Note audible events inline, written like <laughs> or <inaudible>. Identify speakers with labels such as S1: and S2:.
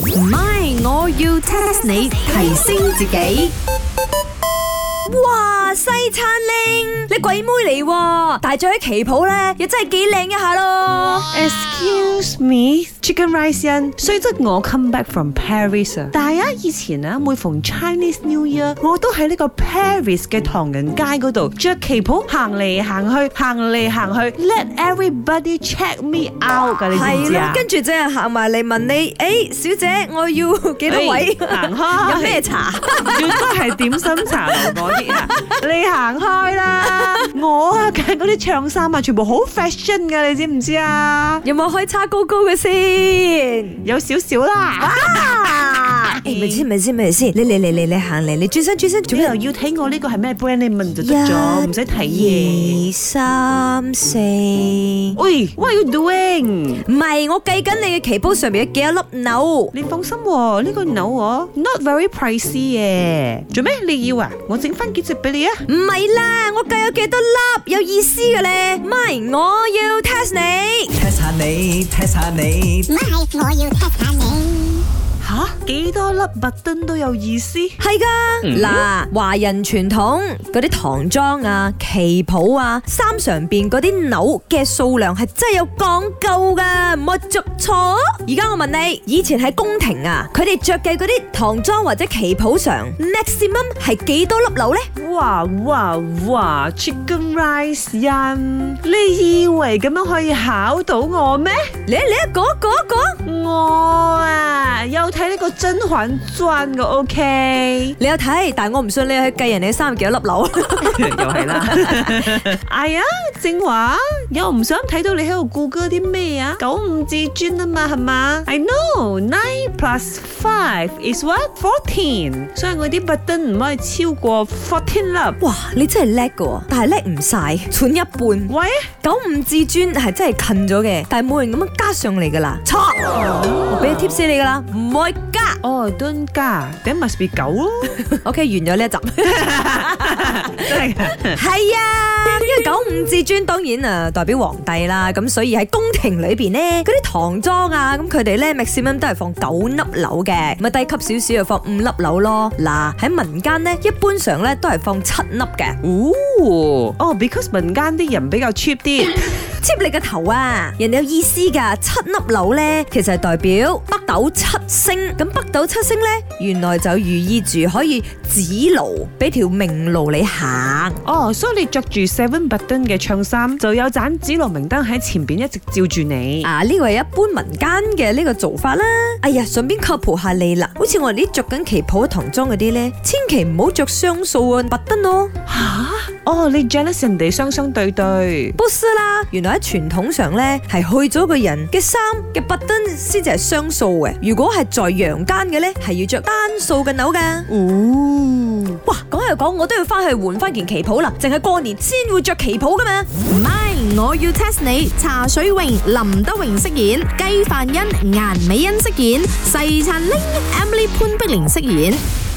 S1: 唔係，我要 test 你提升自己。
S2: 哇！西餐拎，你鬼妹嚟喎！但係着喺旗袍咧，又真係幾靚一下咯。
S3: Excuse me, Chicken Rice Inn。雖則我 come back from Paris 啊，但係啊，以前啊，每逢 Chinese New Year，我都喺呢個 Paris 嘅唐人街嗰度着旗袍行嚟行去，行嚟行去，let everybody check me out 㗎，你知唔
S2: 係
S3: 知
S2: 咯
S3: 啊，？
S2: 跟住就有人行埋嚟問你，誒，小姐，我要幾多位？
S3: 哎行開
S2: 飲咩茶？
S3: 應該係點心茶樓嗰啲啊！ <laughs> 你行開啦，我啊揀嗰啲長衫啊，全部好 fashion 㗎，你知唔知啊？
S2: 有冇開叉高高嘅先？
S3: 有少少 <laughs> 啦，
S2: 啊！誒，咪先咪先咪先，你嚟嚟嚟你行嚟，你轉身轉身，做
S3: 你
S2: 咩
S3: 又要睇我呢個係咩 brand？你問就
S2: Dạ.
S3: 得咗，唔使睇嘢。
S2: 一二三四，唔
S3: 喂，what are you doing？
S2: 係我計緊你嘅旗袍上面有幾多粒紐。
S3: 你放心喎，呢個 no 喎，not very pricey à. 嘅。做咩？你以為我整翻幾隻俾你啊？
S2: 唔係啦，我計有幾多粒有意思嘅咧，唔係我要 test 你。
S4: test 下你，test 下你
S5: 唔係，我要 test 下你。
S3: 吓，幾多粒麥登都有意思？
S2: 係噶，嗱，華人傳統嗰啲唐裝啊、旗袍啊、衫上邊嗰啲紐嘅數量係真係有講究噶，唔好捉錯。而家我問你，以前喺宮廷啊，佢哋着嘅嗰啲唐裝或者旗袍上 maximum 係幾多粒紐呢？
S3: 哇哇哇！Chicken rice 人，你以為咁樣可以考到我咩？
S2: 你你一個一個一個，
S3: 我啊，有睇呢個《甄嬛傳》嘅，OK，
S2: 你有睇，但我唔信你去計人哋衫有幾多粒紐。
S3: 又係啦。哎呀，正話又唔想睇到你喺度估嗰啲咩啊？九五至尊啊嘛，係嘛？I know nine plus five is what fourteen，所以我啲 button 唔可以超過 fourteen 粒。
S2: <laughs> 哇，你真係叻㗎喎，但係叻唔晒，蠢一半。
S3: 喂，
S2: 九五至尊係真係近咗嘅，但係冇人咁樣加上嚟㗎啦。錯，我俾個 tips 你㗎啦，唔可以加。
S3: 哦，敦家，that must be 九咯，
S2: OK，完咗呢一集。
S3: 真係。
S2: 係啊，因為九五至尊當然啊代表皇帝啦，咁所以喺宮廷裏邊呢，嗰啲唐裝啊，咁佢哋咧 maximum 都係放九粒紐嘅，咪低級少少就放五粒紐咯。嗱喺民間呢，一般上咧都係放七粒嘅。
S3: 哦，哦，because Ờ, 民間啲人比較 cheap 啲，
S2: 接你個頭啊！人哋有意思噶，七粒紐呢，其實係代表北斗七星。咁北斗七星呢，原來就寓意住可以指路，俾條明路你行。
S3: 哦，所以你着住 Seven Button 嘅長衫，就有盞紫羅明燈喺前邊一直照住你。
S2: 啊，呢個係一般民間嘅呢個做法啦。哎呀，順便科普下你啦，好似我哋啲着緊旗袍、唐裝嗰啲呢，千祈唔好着雙數啊，拔燈咯。
S3: 哦，你 jealous 人哋雙雙對對，
S2: 不是啦，原來喺傳統上咧係去咗個人嘅衫嘅拔燈先至係雙數嘅，如果係在陽間嘅咧係要着單數嘅紐噶。
S3: 哦，
S2: 哇，講又講，我都要翻去換翻件旗袍啦，淨係過年先會着旗袍噶嘛。
S1: 唔係，我要 test 你。茶水榮、林德榮飾演，雞范欣、顏美欣飾演，細燦玲、Emily 潘碧玲飾演。